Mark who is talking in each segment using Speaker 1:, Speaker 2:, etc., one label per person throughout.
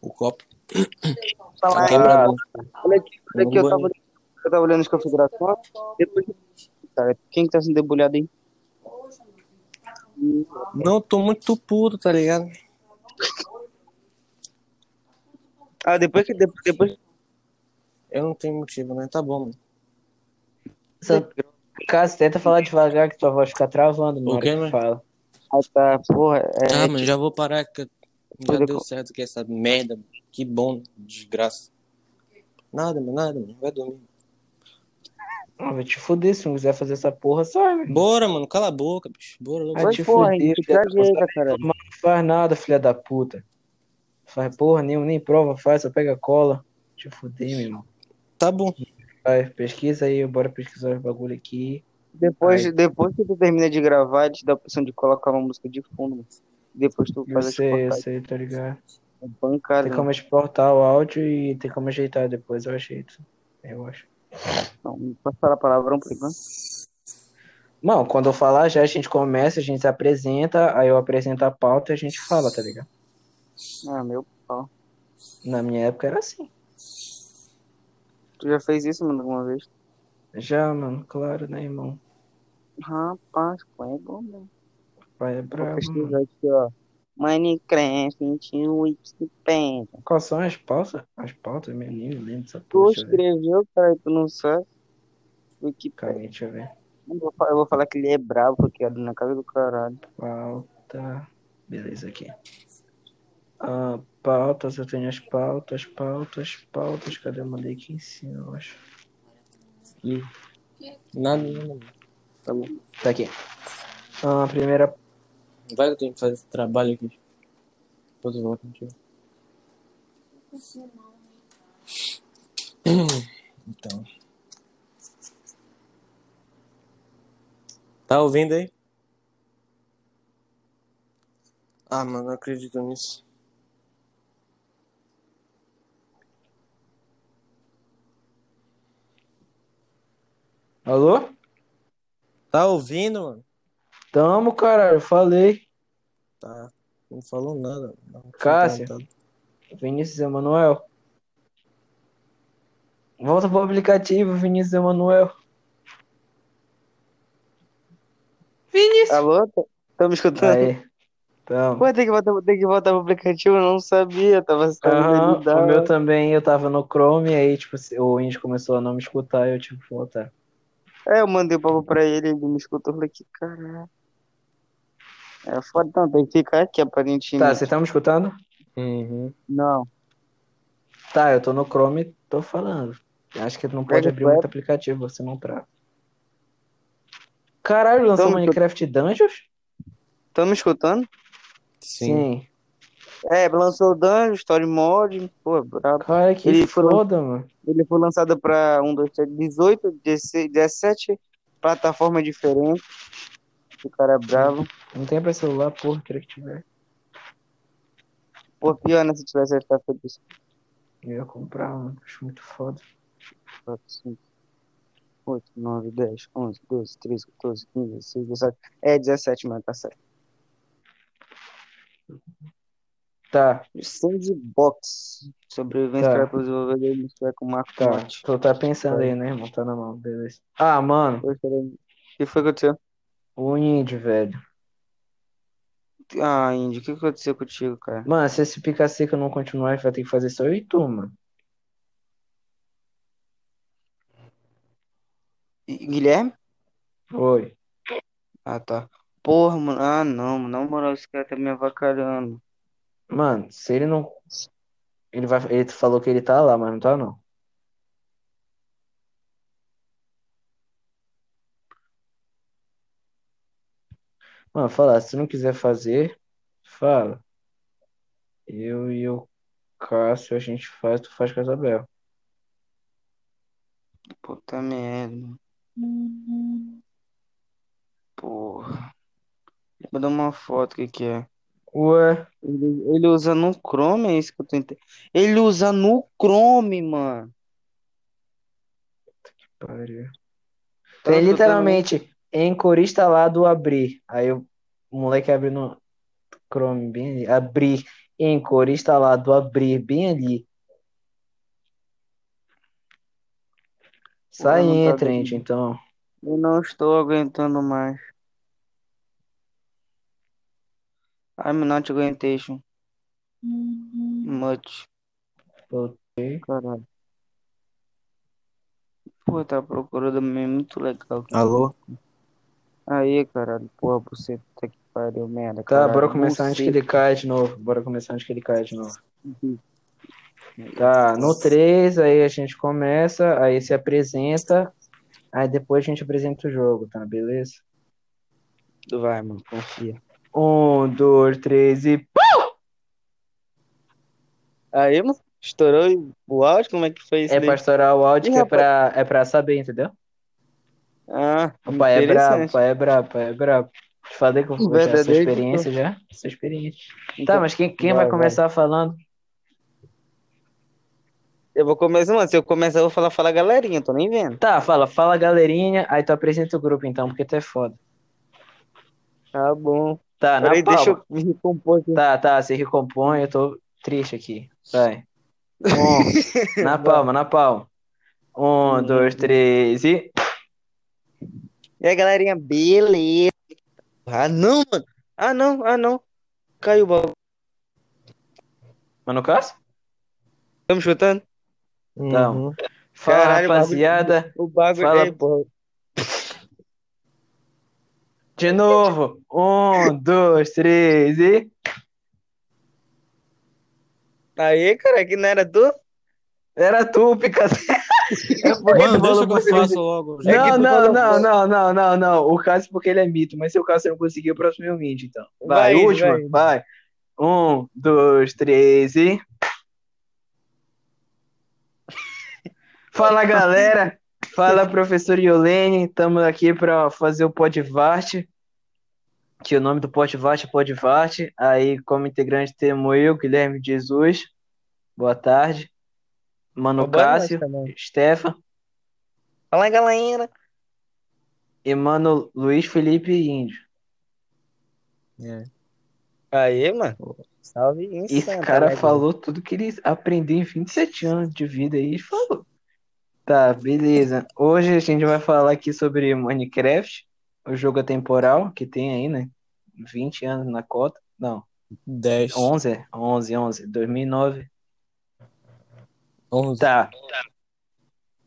Speaker 1: o copo.
Speaker 2: Tá
Speaker 3: é
Speaker 2: lá,
Speaker 1: Tá quebrado.
Speaker 2: olha aqui, olha aqui, eu tava, olhando- eu tava olhando as configurações. Depois, cara, quem que tá sendo debulhado aí?
Speaker 1: Não, tô muito puto, tá ligado?
Speaker 2: Ah, depois que depois, depois
Speaker 1: Eu não tenho motivo, né? Tá bom.
Speaker 3: Só- Cássio, tenta falar devagar que tua voz fica travando na
Speaker 1: O
Speaker 3: hora
Speaker 1: quê,
Speaker 3: que
Speaker 1: mãe?
Speaker 3: fala.
Speaker 2: ah, tá, porra, é,
Speaker 1: Ah, mas já vou parar que já
Speaker 2: Tudo
Speaker 1: deu
Speaker 2: com-
Speaker 1: certo que essa merda. Que bom, desgraça. Nada, mano, nada, mano. Vai dormir.
Speaker 3: Ah, vai te fuder se não quiser fazer essa porra, sabe?
Speaker 1: Bora, mano, cala a boca, bicho. Bora logo.
Speaker 3: Vai
Speaker 2: mas
Speaker 3: Ah, te
Speaker 2: é porra,
Speaker 3: fuder,
Speaker 2: hein,
Speaker 3: filho da
Speaker 2: exagera, cara.
Speaker 3: Não faz nada, filha da puta. Faz porra nenhuma, nem prova faz, só pega cola. Te fuder, meu irmão.
Speaker 1: Tá bom.
Speaker 3: Vai, pesquisa aí, bora pesquisar os bagulho aqui.
Speaker 2: Depois,
Speaker 3: Ai.
Speaker 2: depois que tu termina de gravar, te dá a opção de colocar uma música de fundo. mano. Depois tu
Speaker 3: Eu
Speaker 2: faz as
Speaker 3: sei, eu
Speaker 2: cortagens
Speaker 3: sei, tá ligado?
Speaker 2: bancárias.
Speaker 3: Tem como exportar o áudio e tem como ajeitar depois, eu ajeito. Eu acho.
Speaker 2: Não, não posso falar palavrão por enquanto.
Speaker 3: Não, quando eu falar já a gente começa, a gente se apresenta, aí eu apresento a pauta e a gente fala, tá ligado?
Speaker 2: Ah, meu pau.
Speaker 3: Na minha época era assim.
Speaker 2: Tu já fez isso, mano, alguma vez?
Speaker 3: Já, mano, claro, né, irmão?
Speaker 2: Rapaz, pô, é bom mesmo.
Speaker 3: Pai é
Speaker 2: Vou
Speaker 3: brabo. mano.
Speaker 2: pesquisar aqui, ó. Minecraft, 21 pena.
Speaker 3: Quais são as pautas? As pautas, meu nem lembro dessa
Speaker 2: Tu
Speaker 3: porra. Deixa eu ver.
Speaker 2: escreveu, cara, tu não sabe. Wikipedia.
Speaker 3: Calma aí, deixa eu ver.
Speaker 2: Eu vou fa- eu vou falar que ele é bravo, porque é na casa do caralho.
Speaker 3: Pauta. Beleza, aqui. Ah, pautas, eu tenho as pautas, pautas, pautas. Cadê? Eu mandei aqui em cima, eu acho.
Speaker 1: Hum. Nada, nada. nada. Tá bom.
Speaker 3: Tá aqui. Ah, a primeira.
Speaker 1: Vai que eu tenho que fazer esse trabalho aqui. Depois eu volto contigo. Então. Tá ouvindo aí? Ah, mano, não acredito nisso.
Speaker 3: Alô?
Speaker 1: Tá ouvindo, mano?
Speaker 3: Tamo, caralho, eu falei.
Speaker 1: Tá. Não falou nada. Não,
Speaker 3: Cássio.
Speaker 1: Tá- tá-
Speaker 3: Vinícius Emanuel. Volta pro aplicativo, Vinícius Emanuel. Vinícius!
Speaker 2: Alô? Tá- Tá me escutando?
Speaker 3: Aí. então. Tamo.
Speaker 2: Ué, tem que voltar, tem que voltar pro aplicativo, eu não sabia, tava sendo
Speaker 3: Aham,
Speaker 2: validado.
Speaker 3: o meu também, eu tava no Chrome, aí, tipo, o Windows começou a não me escutar e eu tipo, "Tá, tive que voltar.
Speaker 2: É, eu mandei o papo pra ele, ele me escutou, eu falei, que caralho. É foda, não, tem que ficar aqui, aparentemente.
Speaker 3: Tá, você tá me escutando?
Speaker 1: Uhum.
Speaker 2: Não,
Speaker 3: Tá, eu tô no Chrome, tô falando. Acho que não pode
Speaker 2: Pega o
Speaker 3: abrir
Speaker 2: app.
Speaker 3: muito aplicativo, você não trava. Caralho, lançou
Speaker 2: Tamo-
Speaker 3: Minecraft Dungeons?
Speaker 2: tá me escutando?
Speaker 1: Sim.
Speaker 2: É, lançou o Dungeon, Story Mode, pô, brabo.
Speaker 3: Cara, que
Speaker 2: Ele foi lan-
Speaker 3: foda, mano.
Speaker 2: Ele foi lançado pra 1, 2, 3, 18, 16, 17 plataformas diferentes. O cara é bravo.
Speaker 3: Não tem pra celular, porra, queria que tiver.
Speaker 2: Pô, pior, né, se tivesse, ele tá feliz.
Speaker 3: Eu ia comprar, mano. Acho muito foda.
Speaker 2: 4, 5, 8, 9, 10, 11, 12, 13, 14, 15, 16, 17. É 17, mano, tá certo.
Speaker 3: Tá,
Speaker 2: Sandbox. Sobrevivência
Speaker 3: Tá.
Speaker 2: para os desenvolvedores misturar com Marco
Speaker 3: tá.
Speaker 2: Tomate.
Speaker 3: Tu tá pensando aí, né, irmão? Tá na mão, beleza. Ah, mano,
Speaker 2: Poxa, O que foi que aconteceu?
Speaker 3: o índio, velho.
Speaker 2: Ah, Indy, o que aconteceu contigo, cara?
Speaker 3: Mano, se esse pica seca não continuar, vai ter que fazer só eu e tu, mano.
Speaker 2: E- Guilherme?
Speaker 3: Oi.
Speaker 2: Ah, tá. Porra, mano. Ah, não, mano. Na moral, esse cara tá me avacalhando.
Speaker 3: Mano, se ele não. Ele vai. Ele falou que ele tá lá, mas não tá não. Mano, fala, se tu não quiser fazer, fala. Eu e o Cássio, a gente faz, tu faz com a Isabel.
Speaker 2: Puta merda. mano. Porra. Vou dar uma foto, o que que é?
Speaker 3: Ué,
Speaker 2: Ele, ele usa no Chrome, é isso que eu tô entendendo. Ele usa no Chrome, mano.
Speaker 3: pariu.
Speaker 2: Tá
Speaker 3: Tem
Speaker 2: escutando
Speaker 3: literalmente em cor instalado abrir. Aí o moleque abre no Chrome, bem, abrir. em cor instalado abrir bem ali. Sai
Speaker 2: Não
Speaker 3: e
Speaker 2: tá
Speaker 3: entra,
Speaker 2: dando.
Speaker 3: gente, então.
Speaker 2: Eu não estou aguentando mais. I'm not aguentation. Much.
Speaker 3: Voltei.
Speaker 2: Caralho. Pô, tá procurando meme muito legal.
Speaker 1: Alô?
Speaker 2: Aí, caralho. Porra, você tá que pariu, merda.
Speaker 3: Tá,
Speaker 2: caralho.
Speaker 3: bora começar antes que
Speaker 2: Buceta.
Speaker 3: ele caia de novo. Bora começar antes que ele caia de novo. Tá, no 3, aí a gente começa, aí se apresenta, aí depois a gente apresenta o jogo, tá? Beleza?
Speaker 2: Vai, mano, confia.
Speaker 3: Um, dois, três e.
Speaker 2: Aí, mano, estourou o áudio? Como é que foi isso?
Speaker 3: É
Speaker 2: daí?
Speaker 3: pastoral o áudio
Speaker 2: Ih,
Speaker 3: que é pra, é pra saber, entendeu?
Speaker 2: Ah,
Speaker 3: O pai é brabo, o
Speaker 2: interessante.
Speaker 3: pai é brabo, o pai é brabo. Te falei com você, a sua
Speaker 2: Verdadeiro. Então,
Speaker 3: experiência já? Sua experiência. Tá, mas quem, quem vai,
Speaker 2: Vai, vai.
Speaker 3: começar falando?
Speaker 2: Eu vou começar, mano. Se eu começar, eu vou falar, falar galerinha, tô nem vendo.
Speaker 3: Tá, fala, fala galerinha, aí tu apresenta o grupo então, porque tu é foda.
Speaker 2: Tá bom.
Speaker 3: Tá, na
Speaker 2: Peraí,
Speaker 3: palma.
Speaker 2: deixa eu me recompor aqui.
Speaker 3: Tá, tá, se recompõe, eu tô triste aqui. Vai.
Speaker 2: então,
Speaker 3: Um, na palma, na palma.
Speaker 2: Hum.
Speaker 3: Um, dois, três e.
Speaker 2: E aí, galerinha, beleza? Ah, não, mano. Ah, não, ah, não. Caiu o bagulho.
Speaker 3: Mano, caso?
Speaker 2: Tamo chutando?
Speaker 3: Então.
Speaker 1: Uhum.
Speaker 3: Fala,
Speaker 2: Caralho, o bagulho-
Speaker 3: rapaziada.
Speaker 2: O bagulho
Speaker 3: Fala.
Speaker 2: é, porra.
Speaker 3: De novo. Um, dois, três e.
Speaker 2: Aí, cara, que não era tu?
Speaker 3: Era tu, Picasso. É porque
Speaker 1: Mano,
Speaker 3: tu
Speaker 1: deixa
Speaker 3: falou
Speaker 1: que eu
Speaker 3: você-
Speaker 1: faço logo. já.
Speaker 3: Não,
Speaker 2: É que tu
Speaker 3: não,
Speaker 2: falou-
Speaker 3: não, não, não, não, não. O Cássio porque ele é mito, mas se o Cássio não conseguir, o próximo é o Indy, então. Vai,
Speaker 2: Vai, Indy,
Speaker 3: última,
Speaker 2: vai, Indy.
Speaker 3: vai. Um, dois, três e. Fala, galera. Fala, professor Yolene. Estamos aqui para fazer o Podvart. Que o nome do Podvart é Podvart. Aí, como integrante, temos eu, Guilherme Jesus. Boa tarde. Mano
Speaker 2: Boa noite
Speaker 3: Cássio,
Speaker 2: também.
Speaker 3: Stefan.
Speaker 2: Fala, galera.
Speaker 3: E mano Luiz Felipe Índio.
Speaker 1: É.
Speaker 2: Aí, mano. Salve,
Speaker 3: Esse
Speaker 2: insano,
Speaker 3: cara
Speaker 2: né,
Speaker 3: falou tudo que ele aprendeu em 27 anos de vida aí e falou. Tá, beleza. Hoje a gente vai falar aqui sobre Minecraft, o jogo atemporal que tem aí, né? 20 anos na cota. Não,
Speaker 1: 10,
Speaker 3: 11, é? 11, 11, 2009.
Speaker 1: 11.
Speaker 3: Tá.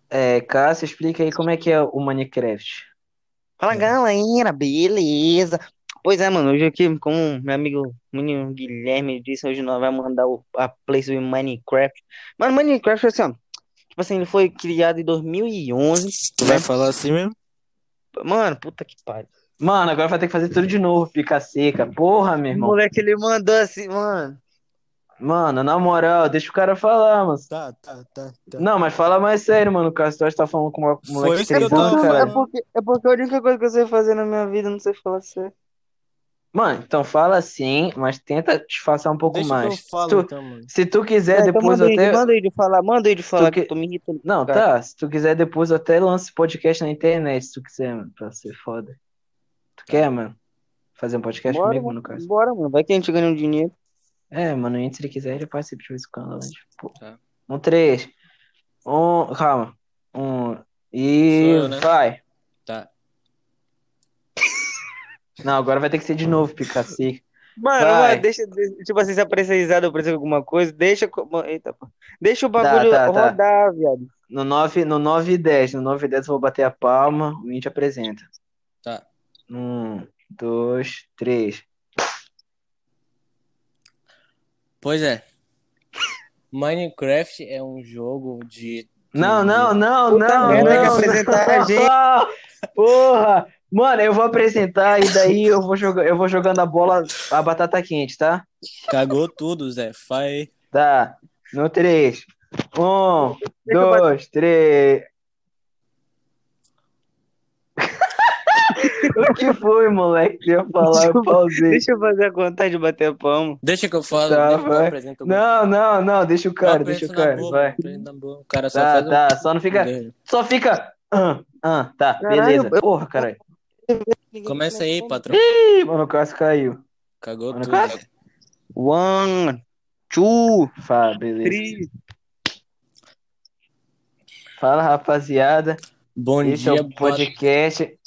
Speaker 3: É, Cássio, explica aí como é que é o Minecraft.
Speaker 2: Fala
Speaker 1: É.
Speaker 2: galera, beleza? Pois é, mano, hoje aqui, como meu amigo menino Guilherme disse, hoje nós vamos mandar o, a play sobre Minecraft. Mano, Minecraft, assim, ó, tipo assim, ele foi criado em 2011.
Speaker 1: Tu vai falar assim mesmo?
Speaker 2: Mano, puta que pariu.
Speaker 3: Mano, agora vai ter que fazer tudo de novo, pica seca. Porra, meu
Speaker 2: O
Speaker 3: irmão.
Speaker 2: moleque, ele mandou assim, mano.
Speaker 3: Mano, na moral, deixa o cara falar, mano.
Speaker 1: Tá, tá, tá, tá.
Speaker 3: Não, mas fala mais sério, mano. O Cássio tu acha que tá falando com uma
Speaker 1: Foi
Speaker 3: moleque de
Speaker 1: isso que eu
Speaker 3: três
Speaker 1: tava
Speaker 3: anos,
Speaker 1: falando.
Speaker 3: cara.
Speaker 2: é, porque, é porque a única coisa que eu sei fazer na minha vida, eu não sei falar sério.
Speaker 3: Mano, então fala assim, mas tenta disfarçar um pouco
Speaker 1: Deixa
Speaker 3: mais.
Speaker 1: que eu falo
Speaker 3: Tu-
Speaker 1: então, mano.
Speaker 3: Se tu quiser,
Speaker 2: Tá, então
Speaker 3: É, depois
Speaker 2: manda
Speaker 3: eu
Speaker 2: ele,
Speaker 3: até.
Speaker 2: manda ele falar, manda ele falar,
Speaker 3: que-
Speaker 2: que eu tô me irritando.
Speaker 3: Não,
Speaker 2: cara.
Speaker 3: tá. Se tu quiser, depois eu até lance podcast na internet, se tu quiser, mano. Pra ser foda. Tu
Speaker 1: Tá.
Speaker 3: quer, mano? Fazer um podcast
Speaker 2: Bora,
Speaker 3: comigo,
Speaker 2: mano,
Speaker 3: mano, Cássio?
Speaker 2: bora, mano, vai que a gente ganha um dinheiro.
Speaker 3: É, mano, entre se ele quiser, ele participa de vez em quando. mas, pô.
Speaker 1: Tá.
Speaker 3: Um, três. Um. Calma. Um. E
Speaker 1: Sou eu, né?
Speaker 3: vai.
Speaker 1: Tá.
Speaker 3: Não, agora vai ter que ser de novo, Picaci.
Speaker 2: Mano,
Speaker 3: Vai.
Speaker 2: mano, deixa, deixa- tipo assim, se aparecer risada, aparecer alguma coisa, deixa, co- mano, eita, pô. deixa o bagulho
Speaker 3: Tá, tá, tá.
Speaker 2: rodar, viado.
Speaker 3: No 9, no 9 e 10. No 9 e 10 eu vou bater a palma. O Indy apresenta.
Speaker 1: Tá.
Speaker 3: Um, dois, três.
Speaker 1: Pois é. Minecraft é um jogo de.
Speaker 3: Não, não, não,
Speaker 2: Puta
Speaker 3: não.
Speaker 2: merda,
Speaker 3: não,
Speaker 2: tem que apresentar
Speaker 3: não.
Speaker 2: a gente.
Speaker 3: Porra! Mano, eu vou apresentar e daí eu vou, joga- eu vou jogando a bola, a batata quente, tá?
Speaker 1: Cagou tudo, Zé. Faz.
Speaker 3: Tá. No 3. Um,
Speaker 2: Deixa eu bater.
Speaker 3: dois, três. O que foi, moleque? que Eu ia falar, eu
Speaker 2: Desculpa,
Speaker 3: pausei.
Speaker 2: Deixa eu fazer a contagem de bater a palma.
Speaker 1: Deixa que eu falo.
Speaker 3: Tá,
Speaker 1: deixa que eu
Speaker 3: vai.
Speaker 1: apresento o grupo.
Speaker 3: Não, não, não, deixa o
Speaker 1: Eu
Speaker 3: cara,
Speaker 1: apresento
Speaker 3: deixa o
Speaker 1: na
Speaker 3: cara,
Speaker 1: boa, eu
Speaker 3: vai.
Speaker 1: apresento na boa. O cara só
Speaker 3: Tá,
Speaker 1: faz um-
Speaker 3: tá, só não fica. Só fica. Ah, ah, tá,
Speaker 2: Caralho,
Speaker 3: beleza.
Speaker 2: eu-
Speaker 3: Porra, caralho.
Speaker 2: Ninguém
Speaker 1: Começa aí, patrão.
Speaker 3: Ih, mano, o Cássio caiu.
Speaker 1: Cagou
Speaker 3: Mano,
Speaker 1: tudo.
Speaker 3: cara.
Speaker 1: Zé.
Speaker 2: One. Tchu,
Speaker 3: Fala, beleza.
Speaker 2: tri.
Speaker 3: Fala, rapaziada.
Speaker 1: Bom
Speaker 3: Esse é
Speaker 1: dia,
Speaker 3: o
Speaker 1: boa-
Speaker 3: podcast.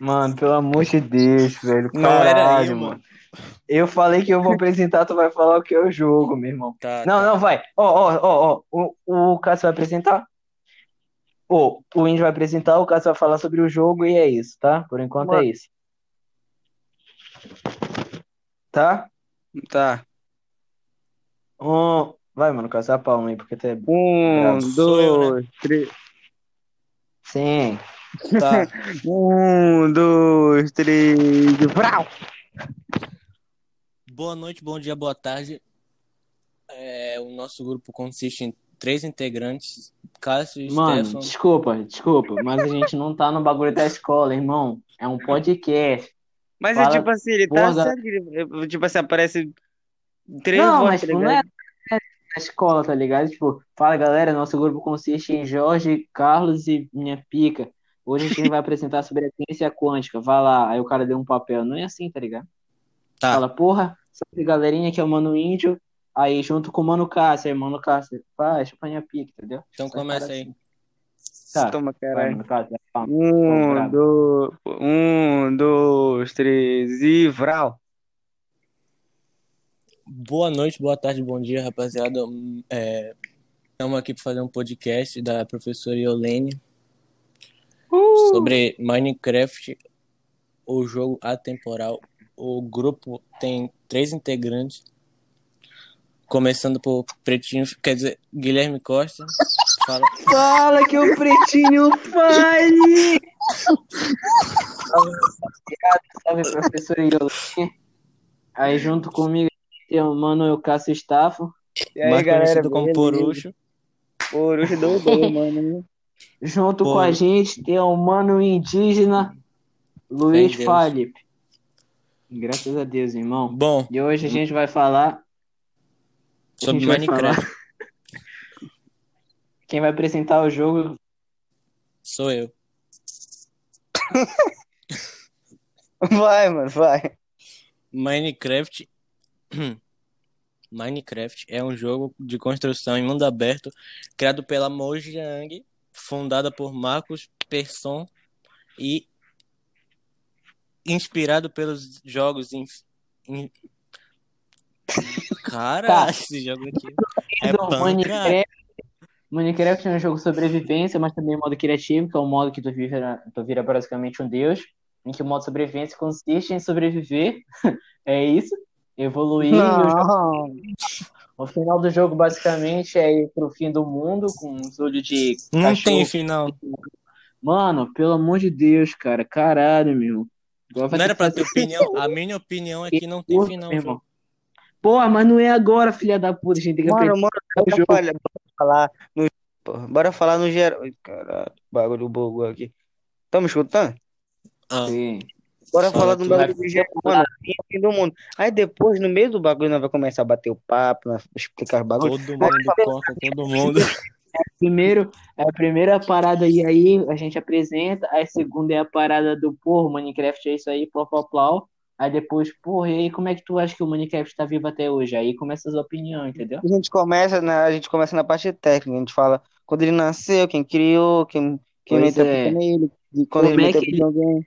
Speaker 3: Mano, pelo amor de Deus, velho.
Speaker 1: Não era eu,
Speaker 3: Caralho,
Speaker 1: mano.
Speaker 3: mano. Eu falei que eu vou apresentar, tu vai falar o que é o jogo, meu irmão.
Speaker 1: Tá,
Speaker 3: Não,
Speaker 1: tá.
Speaker 3: não, vai. Ó, ó, ó, ó. O, o Cássio vai apresentar. Ô, o Índio vai apresentar, o Cássio vai falar sobre o jogo e é isso, tá? Por enquanto
Speaker 2: Mano.
Speaker 3: é isso. Tá?
Speaker 2: Tá.
Speaker 3: Um... Vai, mano, Cássio, a palma aí, porque é até.
Speaker 2: Um,
Speaker 1: Gravo. Sou eu,
Speaker 3: né?
Speaker 2: dois, três.
Speaker 3: Sim.
Speaker 1: Tá.
Speaker 2: Um, dois, três. e Vrau!
Speaker 1: Boa noite, bom dia, boa tarde. É, o nosso grupo consiste em três integrantes: Cássio,
Speaker 3: Mano,
Speaker 1: Stefan.
Speaker 3: desculpa, desculpa, mas a gente não tá no bagulho da escola, irmão. É um podcast.
Speaker 2: Mas
Speaker 3: Fala.
Speaker 2: é tipo assim, ele tá
Speaker 3: Boa,
Speaker 2: certo. que ele- Tipo assim, aparece três
Speaker 3: não,
Speaker 2: vozes,
Speaker 3: mas
Speaker 2: tá
Speaker 3: tipo, não é
Speaker 2: ligado?
Speaker 3: da escola, tá ligado? Tipo, fala galera, nosso grupo consiste em Jorge, Carlos e minha pica. Hoje a gente vai apresentar sobre a ciência quântica. Vai lá, aí o cara deu um papel. Não é assim, tá ligado?
Speaker 1: Tá.
Speaker 3: Fala, porra, salve galerinha, que é o Mano Índio. Aí junto com o Mano Cássio, aí Mano Cássio, vai, chupa minha pica, entendeu?
Speaker 1: Então
Speaker 3: Essas
Speaker 1: começa
Speaker 3: paradas
Speaker 1: aí.
Speaker 3: assim. Tá,
Speaker 2: Toma,
Speaker 3: vai,
Speaker 2: caralho.
Speaker 3: Mano Cássio, palma. Vamos,
Speaker 2: Um,
Speaker 3: bravo.
Speaker 2: dois, um, dois, três e Vral.
Speaker 1: Boa noite, boa tarde, bom dia, rapaziada. Hum, é, Estamos aqui para fazer um podcast da professora Iolene
Speaker 2: Uh!
Speaker 1: sobre Minecraft, o jogo atemporal. O grupo tem três integrantes, começando por Pretinho, quer dizer, Guilherme Costa. Fala.
Speaker 3: Fala que o pretinho faz! Salve, professor Iolani. Aí junto comigo tem o mano eu Cássio Staffo.
Speaker 2: E aí,
Speaker 1: mais
Speaker 2: galera,
Speaker 1: conhecido como
Speaker 2: beleza?
Speaker 1: Porucho.
Speaker 2: Porucho doidou, um mano.
Speaker 3: Junto
Speaker 1: Pô.
Speaker 3: com a gente tem o mano indígena Luiz
Speaker 1: Fé em Deus.
Speaker 3: Felipe. Graças a Deus, irmão.
Speaker 1: Bom,
Speaker 3: E hoje a gente vai falar. a
Speaker 1: sobre
Speaker 3: gente vai
Speaker 1: Minecraft,
Speaker 3: falar- Quem vai apresentar o jogo.
Speaker 1: sou eu.
Speaker 2: Vai, mano, vai.
Speaker 1: Minecraft. Minecraft é um jogo de construção em mundo aberto criado pela Mojang, fundada por Marcos Persson e inspirado pelos jogos. inf- in- Cara,
Speaker 3: Tá.
Speaker 1: esse jogo aqui é
Speaker 3: do
Speaker 1: panca.
Speaker 3: Minecraft. Minecraft é um jogo de sobrevivência, mas também modo criativo, que é o modo que tu vira, tu vira basicamente um deus. Em que o modo sobrevivência consiste em sobreviver. é isso. Evoluir e o
Speaker 2: Não.
Speaker 3: O final do jogo basicamente é ir pro fim do mundo com um olho de
Speaker 1: Não
Speaker 3: cachorro.
Speaker 1: tem final.
Speaker 3: Mano, pelo amor de Deus, cara. Caralho, meu. Agora vai
Speaker 1: Não
Speaker 3: ter
Speaker 1: era
Speaker 3: que
Speaker 1: pra
Speaker 3: fazer
Speaker 1: ter opinião. A minha opinião é que não tem
Speaker 3: outro,
Speaker 1: final.
Speaker 3: meu irmão. Porra, mas não é agora, filha da puta. A gente tem que
Speaker 2: Mano, mano,
Speaker 3: o
Speaker 2: bora
Speaker 3: jogo.
Speaker 2: falar, bora falar no. Porra, bora falar no geral. Ai, Caralho, bagulho bugou aqui. Tá me escutando?
Speaker 1: Ah,
Speaker 3: Sim.
Speaker 2: Bora
Speaker 1: Fala
Speaker 2: falar do
Speaker 1: tu.
Speaker 2: bagulho do geral, mano. Fim do mundo. Aí depois, no meio do bagulho, nós vai começar a bater o papo, nós explicar os bagulhos.
Speaker 1: Ah, todo mundo corta, todo mundo.
Speaker 3: Primeiro, é a primeira parada e aí a gente apresenta. A segunda é a parada do porra, o Minecraft é isso aí, plau, plau, plau. Aí depois, porra, e aí como é que tu acha que o Minecraft tá vivo até hoje? Aí começa as opiniões, entendeu?
Speaker 2: A gente começa na, a gente começa na parte técnica, a gente fala quando ele nasceu, quem criou, quem, quem
Speaker 3: Pois
Speaker 2: meteu a
Speaker 3: é.
Speaker 2: pica nele, e quando
Speaker 3: Como
Speaker 2: ele
Speaker 3: é
Speaker 2: meteu a
Speaker 3: que
Speaker 2: pica em alguém,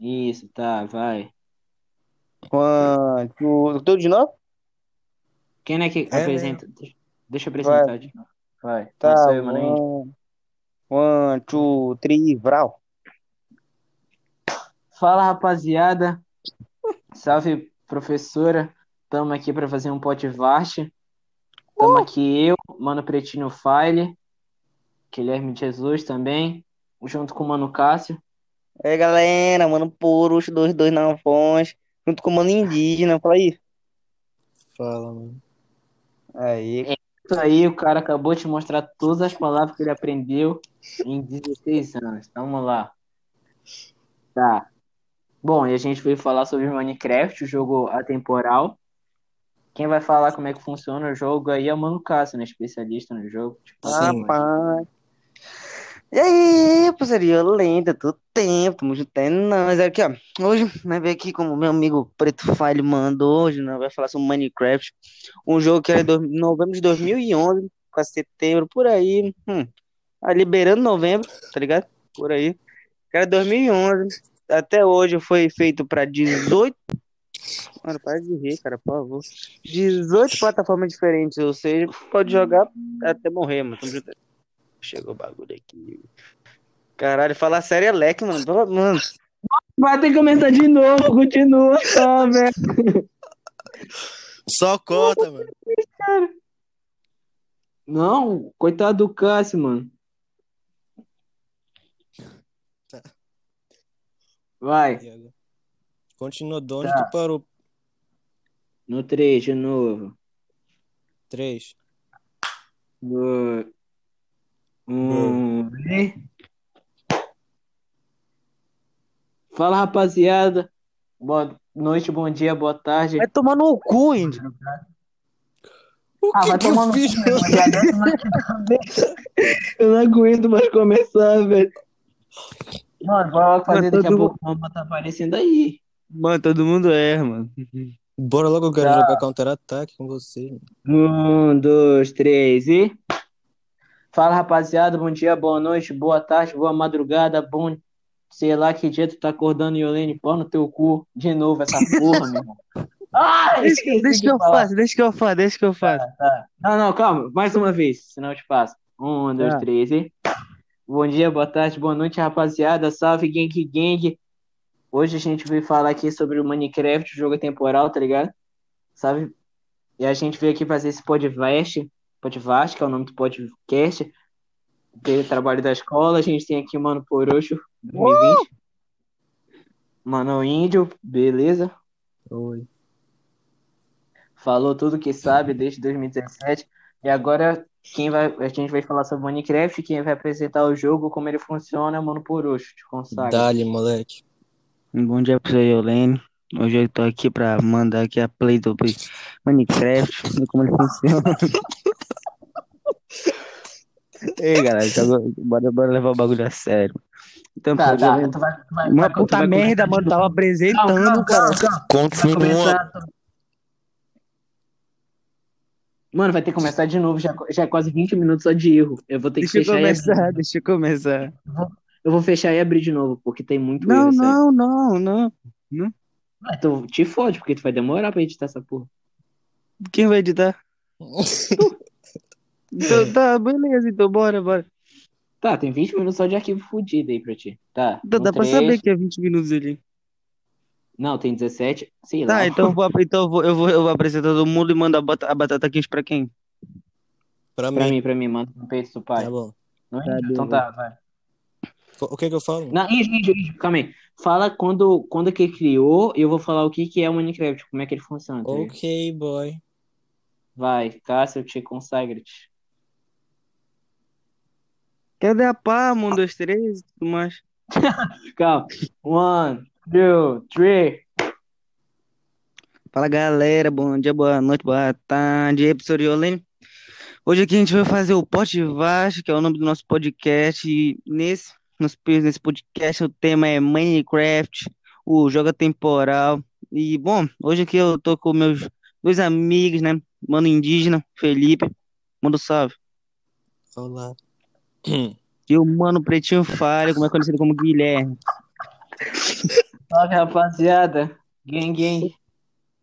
Speaker 3: Isso, tá, vai.
Speaker 2: quando, tudo, tudo de novo?
Speaker 3: Quem é que
Speaker 1: É, né?
Speaker 3: apresenta? Deixa- Deixa eu apresentar de novo. Vai.
Speaker 2: Tá,
Speaker 3: Tá, sou eu, mano. Henrique.
Speaker 2: one, one, two, three, vral.
Speaker 3: Fala, rapaziada. Salve, professora. Tamo aqui pra fazer um podcast. Tamo aqui eu, Mano Pretinho File, Guilherme Jesus também, junto com o Mano Cássio.
Speaker 2: É, galera, mano, porucho, dois, dois na fonte, junto com o mano indígena, fala aí.
Speaker 1: Fala, mano.
Speaker 2: Aí,
Speaker 3: Isso aí, o cara acabou de mostrar todas as palavras que ele aprendeu em 16 anos. Então, Vamos lá. Tá. Bom, e a gente veio falar sobre Minecraft, o jogo atemporal. Quem vai falar como é que assim, funciona o jogo aí é o Mano Cássio, né? Especialista no jogo. Tipo,
Speaker 1: Sim.
Speaker 2: rapaz. E aí, pulseirinha lenta, todo tempo, tamo junto é nóis. Aqui, ó, hoje, né, veio aqui como meu amigo Preto File mandou, hoje, né, vai falar sobre Minecraft, um jogo que era em dois- novembro de 2011, quase setembro, por aí, hum, tá liberando novembro, tá ligado? Por aí, que era 2011, até hoje foi feito pra 18... Mano, para de rir, cara, por favor. 18 plataformas diferentes, ou seja, pode jogar até morrer, mano, tamo junto. Chegou o bagulho aqui. Caralho, falar sério é leque, mano. Pô, Mano,
Speaker 3: Vai ter que começar de novo, continua só, velho.
Speaker 1: Só corta, mano.
Speaker 3: Não, coitado do Cássio, mano. Vai,
Speaker 1: E agora? Continua de
Speaker 3: Tá.
Speaker 1: onde tu parou.
Speaker 3: no 3 de novo.
Speaker 1: Três.
Speaker 3: No... Um... Fala, rapaziada. Boa noite, bom dia, boa tarde.
Speaker 2: vai tomar no cu, índio.
Speaker 1: O
Speaker 3: Ah,
Speaker 1: que
Speaker 3: vai
Speaker 1: que
Speaker 3: tomar
Speaker 1: eu
Speaker 3: no
Speaker 1: fiz, mano?
Speaker 3: Eu não aguento mais começar, velho. Mano, vai lá fazer
Speaker 2: Mas
Speaker 3: daqui a
Speaker 2: todo-
Speaker 3: pouco. O Mamba tá aparecendo aí.
Speaker 2: Mano, todo mundo erra, mano.
Speaker 1: Bora logo, eu quero
Speaker 3: Tá.
Speaker 1: jogar Counter-Ataque com você. mano.
Speaker 3: Um, dois, três e. Fala, rapaziada. Bom dia, boa noite, boa tarde, boa madrugada, bom. Sei lá que dia tu tá acordando, Yolene. Pô no teu cu de novo essa porra, meu irmão. Ah,
Speaker 2: Deixa,
Speaker 3: esqueci
Speaker 2: deixa
Speaker 3: de
Speaker 2: que eu
Speaker 3: falar.
Speaker 2: faço, deixa que eu faço, deixa que eu faço.
Speaker 3: Não, não, calma. Mais uma vez, senão eu te passo. Um, dois,
Speaker 2: Tá.
Speaker 3: três e. Bom dia, boa tarde, boa noite, rapaziada. Salve, Gang Gang. Hoje a gente veio falar aqui sobre o Minecraft, o jogo temporal, tá ligado? Sabe? E a gente veio aqui fazer esse podcast, podcast, que é o nome do podcast. Teve trabalho da escola, a gente tem aqui o Mano Porocho, 2020. Mano Índio, beleza?
Speaker 1: Oi.
Speaker 3: Falou tudo que sabe desde 2017. E agora quem vai, a gente vai falar sobre Minecraft, quem vai apresentar o jogo, como ele funciona, é o Mano Porocho, te consagra.
Speaker 1: Dali, moleque.
Speaker 2: Um Bom dia pra você, Yolene. Hoje eu tô aqui pra mandar aqui a play do Minecraft, ver como ele funciona. Ei, galera, tá bom, bora, bora levar o bagulho a sério. Então,
Speaker 3: Tá,
Speaker 2: pô,
Speaker 3: tá.
Speaker 2: eu-
Speaker 3: Tu vai, tu vai,
Speaker 2: Uma
Speaker 3: vai- tu
Speaker 2: puta
Speaker 3: vai-
Speaker 2: merda, mano, tava
Speaker 3: Calma, calma,
Speaker 2: apresentando, cara.
Speaker 3: calma, calma. Vai
Speaker 1: Continua.
Speaker 3: começar. Mano, vai ter que começar de novo. Já, já é quase 20 minutos só de erro. Eu vou ter que
Speaker 2: Deixa eu
Speaker 3: fechar e abrir.
Speaker 2: começar, deixa eu começar.
Speaker 3: Eu vou fechar e abrir de novo, porque tem muito
Speaker 2: Não,
Speaker 3: erro. sério.
Speaker 2: não, não, não.
Speaker 3: Ah, então te fode, porque tu vai demorar pra editar essa porra.
Speaker 2: Quem vai editar? Então, tá, beleza, então bora, bora.
Speaker 3: Tá, tem 20 minutos só de arquivo fudido aí pra ti. Tá.
Speaker 2: Dá,
Speaker 3: um
Speaker 2: dá pra
Speaker 3: três-
Speaker 2: saber que é 20 minutos ali.
Speaker 3: Não, tem 17. Sei lá.
Speaker 2: Tá, então, eu vou, então eu, vou, eu, vou, eu vou apresentar todo mundo e mandar a batata, a batata quente pra quem?
Speaker 1: Pra
Speaker 3: Pra
Speaker 1: mim.
Speaker 3: mim, pra mim, manda no peito do pai.
Speaker 1: Tá bom.
Speaker 3: Não é?
Speaker 2: Tá,
Speaker 3: então
Speaker 2: beleza.
Speaker 3: tá, vai.
Speaker 1: O que que eu falo?
Speaker 3: Não, índio, índio, índio, calma aí. Fala quando, quando que criou, eu vou falar o que que é o Minecraft, como é que ele funciona. tá ligado?
Speaker 1: Ok, boy.
Speaker 3: Vai, Cássio, te consagra-te.
Speaker 2: Cadê a pá? Um, dois, três e tudo mais.
Speaker 3: Calma. One, two, three.
Speaker 2: Fala galera, bom dia, boa noite, boa tarde. E aí, professor Yolene. Hoje aqui a gente vai fazer o Pote Vasto, que é o nome do nosso podcast. E nesse, nos- nesse podcast o tema é Minecraft, o Joga Temporal. E bom, hoje aqui eu tô com meus dois amigos, né? Mano indígena, Felipe, manda um salve.
Speaker 1: Olá.
Speaker 2: E o mano pretinho falho, como é conhecido como Guilherme.
Speaker 3: Salve, rapaziada. Gang, gang.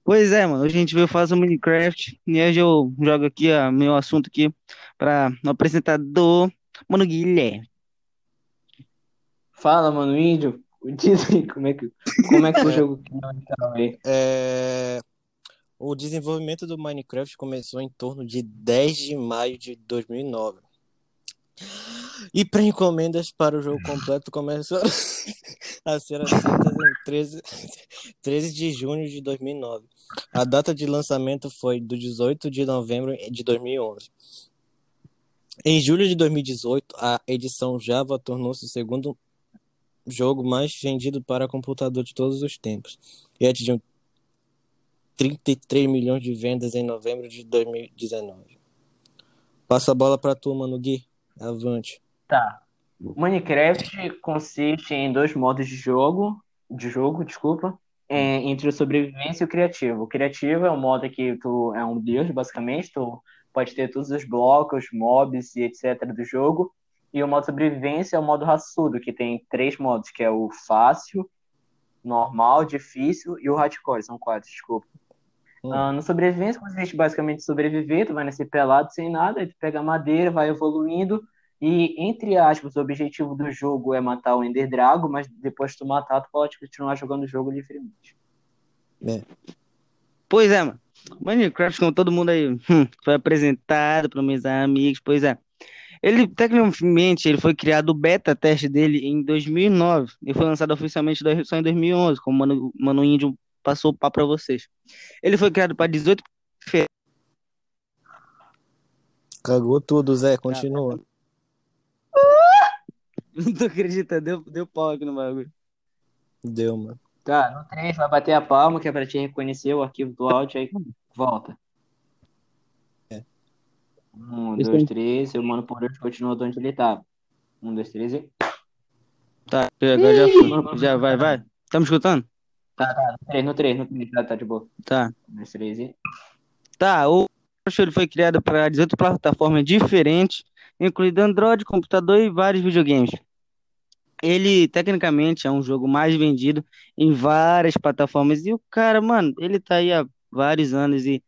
Speaker 2: Pois é, mano. Hoje a gente veio fazer o Minecraft. E hoje eu jogo aqui ó, meu assunto aqui para o apresentador, mano Guilherme.
Speaker 3: Fala, mano, índio. Diz aí como é que, como é que o jogo criou então aí.
Speaker 1: É, O desenvolvimento do Minecraft começou em torno de 10 de maio de 2009. E pré-encomendas para o jogo completo começaram a ser aceitas em 13, 13 de junho de 2009. A data de lançamento foi do 18 de novembro de 2011. Em julho de 2018, a edição Java tornou-se o segundo jogo mais vendido para computador de todos os tempos e atingiu 33 milhões de vendas em novembro de 2019. Passa a bola pra tu, mano, Gui. Avante.
Speaker 3: Tá. Minecraft consiste em dois modos de jogo, de jogo, desculpa, é, entre o sobrevivência e o criativo. O criativo é um modo que tu é um deus, basicamente, tu pode ter todos os blocos, mobs e etc do jogo. E o modo sobrevivência é o modo raçudo, que tem três modos, que é o fácil, normal, difícil e o hardcore, são quatro, desculpa.
Speaker 1: Hum.
Speaker 3: Ah, no sobrevivência consiste basicamente em sobreviver, tu vai nascer pelado sem nada, aí tu pega madeira, vai evoluindo, e entre aspas, o objetivo do jogo é matar o Ender Drago, mas depois que tu matar, tu pode continuar jogando o jogo livremente.
Speaker 2: Pois é, mano. Minecraft, como todo mundo aí hum, foi apresentado para meus amigos, pois é. Ele, tecnicamente, ele foi criado o beta teste dele em 2009 e foi lançado oficialmente dois- só em 2011, como o Mano, Mano Índio passou o papo para vocês. Ele foi criado para 18
Speaker 1: Cagou tudo, Zé. Continua.
Speaker 2: Não tô acreditando, deu, deu pau aqui no bagulho.
Speaker 1: Deu, mano.
Speaker 3: Tá, no 3 vai bater a palma, que é pra te reconhecer o arquivo do áudio, aí volta. Um,
Speaker 2: Isso
Speaker 3: dois,
Speaker 2: aí.
Speaker 3: três, e o mano por hoje continua de onde ele tava. Um, dois, três e.
Speaker 2: Tá, agora já foi. Já vai, vai. Tá me escutando?
Speaker 3: Três, no três, no três, tá, tá de boa.
Speaker 2: Tá.
Speaker 3: Um, dois, três e.
Speaker 2: Tá, o Crush ele foi criado para 18 plataformas diferentes, incluindo Android, computador e vários videogames. Ele, tecnicamente, é um jogo mais vendido em várias plataformas. E o cara, mano, ele tá aí há vários anos e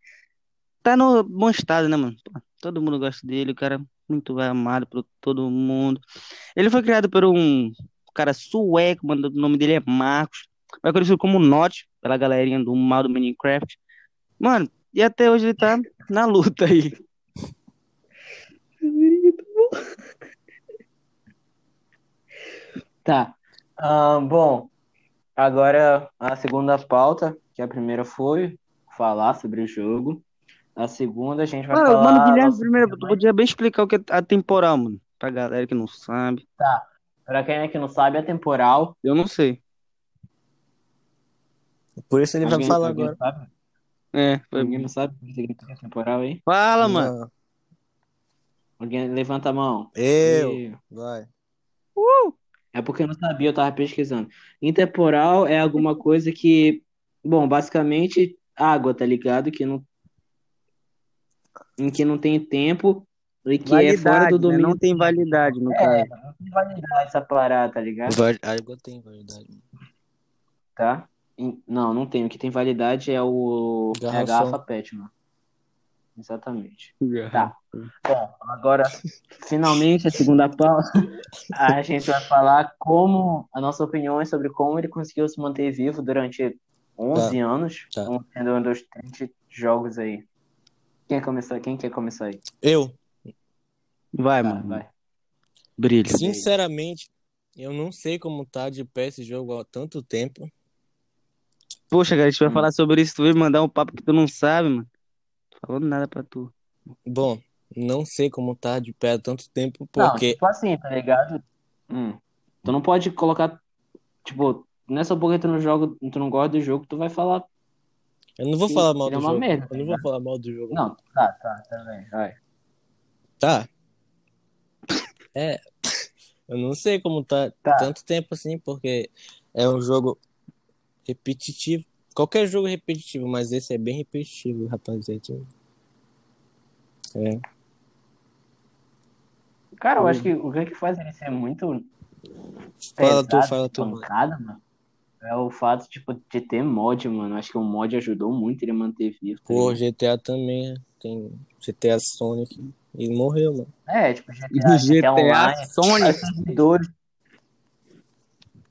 Speaker 2: tá no bom estado, né, mano? Pô, Todo mundo gosta dele, o cara é muito amado por todo mundo. Ele foi criado por um cara sueco, mano, o nome dele é Marcos. Mas conhecido como Notch, pela galerinha do mal do Minecraft. Mano, e até hoje ele tá na luta aí.
Speaker 3: Tá. Ah, bom, agora a segunda pauta, que a primeira foi falar sobre o jogo. A segunda a gente vai
Speaker 2: Ah, Mano,
Speaker 3: falar.
Speaker 2: mano, Guilherme,
Speaker 3: nossa
Speaker 2: primeiro, tu
Speaker 3: opinião.
Speaker 2: podia bem explicar o que é atemporal, mano. Pra galera que não sabe.
Speaker 3: Pra quem é que não sabe, é temporal.
Speaker 2: Eu não sei.
Speaker 1: Por isso ele vai
Speaker 3: Alguém,
Speaker 1: falar
Speaker 3: alguém
Speaker 1: agora.
Speaker 3: sabe?
Speaker 2: É, foi...
Speaker 3: Ninguém não sabe o que significa temporal aí?
Speaker 2: Fala, mano.
Speaker 1: Não.
Speaker 3: Alguém levanta a mão.
Speaker 1: Eu.
Speaker 3: Ih,
Speaker 1: Vai.
Speaker 3: É porque eu não sabia, eu tava pesquisando. Intemporal é alguma coisa que, bom, basicamente água, tá ligado? Que não em que não tem tempo e que é fora do
Speaker 2: Validade, né?
Speaker 3: domínio. É.
Speaker 2: Não tem validade no
Speaker 1: É.
Speaker 2: caso.
Speaker 3: Não tem validade essa parada, tá ligado?
Speaker 1: Vai- A água tem validade.
Speaker 3: Tá? Em- Não, não tem. O que tem validade é o é a
Speaker 1: Garrafão.
Speaker 3: garrafa PET, mano. Exatamente. Tá. Bom, agora, finalmente, a segunda pauta, a gente vai falar como, a nossa opinião é sobre como ele conseguiu se manter vivo durante 11 anos,
Speaker 1: Tá.
Speaker 3: um- sendo um dos 30 jogos aí. Quem, começar? Quem quer começar aí?
Speaker 1: Eu, É,
Speaker 2: Vai,
Speaker 3: Tá,
Speaker 2: mano.
Speaker 3: vai.
Speaker 2: Brilha.
Speaker 1: sinceramente, eu não sei como tá de pé esse jogo há tanto tempo.
Speaker 2: Poxa, cara, a gente vai
Speaker 3: Hum.
Speaker 2: falar sobre isso. Tu veio mandar um papo que tu não sabe, mano. Tô falando nada pra tu.
Speaker 1: Bom, não sei como tá de pé há tanto tempo,
Speaker 3: Não,
Speaker 1: porque
Speaker 3: tipo assim, tá ligado? Hum. Tu não pode colocar, tipo, nessa boca que tu não joga, tu não gosta do jogo, tu vai falar
Speaker 1: eu não vou
Speaker 3: Sim,
Speaker 1: falar mal do
Speaker 3: ele é uma
Speaker 1: jogo.
Speaker 3: merda, tá
Speaker 1: eu não vou
Speaker 3: ligado?
Speaker 1: falar mal do jogo.
Speaker 3: Não, tá, tá, tá bem, vai.
Speaker 1: Tá. É, eu não sei como tá,
Speaker 3: Tá.
Speaker 1: tanto tempo assim, porque é um jogo repetitivo. Qualquer jogo é repetitivo, mas esse é bem repetitivo, rapaziada. É.
Speaker 3: Cara, eu acho que o que que faz ele ser muito
Speaker 1: Fala
Speaker 3: pesado,
Speaker 1: tu, fala tu, mano.
Speaker 3: pancada, mano, é o fato, tipo, de ter mod, mano. Acho que o mod ajudou muito ele a manter vivo. tá
Speaker 1: Pô,
Speaker 3: ligado?
Speaker 1: GTA também, né? tem GTA Sonic e morreu, mano.
Speaker 3: É, tipo, GTA, GTA Online,
Speaker 2: Sony.
Speaker 3: os servidores.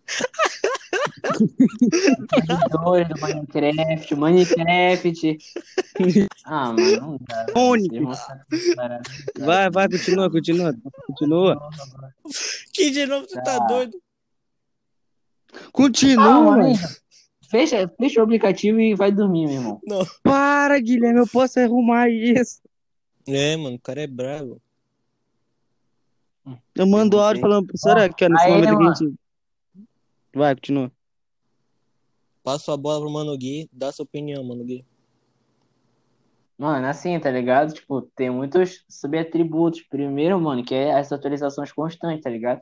Speaker 3: os servidores do Minecraft, Minecraft. Ah, mano, não dá. tá velho. Vocês
Speaker 2: Sonic.
Speaker 3: vão ser maravilhosos,
Speaker 2: Vai, vai,
Speaker 3: mano.
Speaker 2: continua, continua. Continua.
Speaker 1: Que de novo tu tá
Speaker 3: Tá.
Speaker 1: doido?
Speaker 3: Ah,
Speaker 2: Continua.
Speaker 3: mano, fecha, fecha o aplicativo e vai dormir, meu irmão.
Speaker 1: Não.
Speaker 2: Para, Guilherme, eu posso arrumar isso.
Speaker 1: É, mano, o cara é brabo.
Speaker 2: Eu mando áudio falando, professora, aqui, ó, né, nesse
Speaker 3: Aí,
Speaker 2: momento aqui a
Speaker 3: mano.
Speaker 2: gente. tipo." Vai, continua.
Speaker 1: Passa a bola pro Mano Gui, dá sua opinião, Mano Gui.
Speaker 3: Mano, assim, tá ligado? Tipo, tem muitos subatributos. Primeiro, mano, que é as atualizações constantes, tá ligado?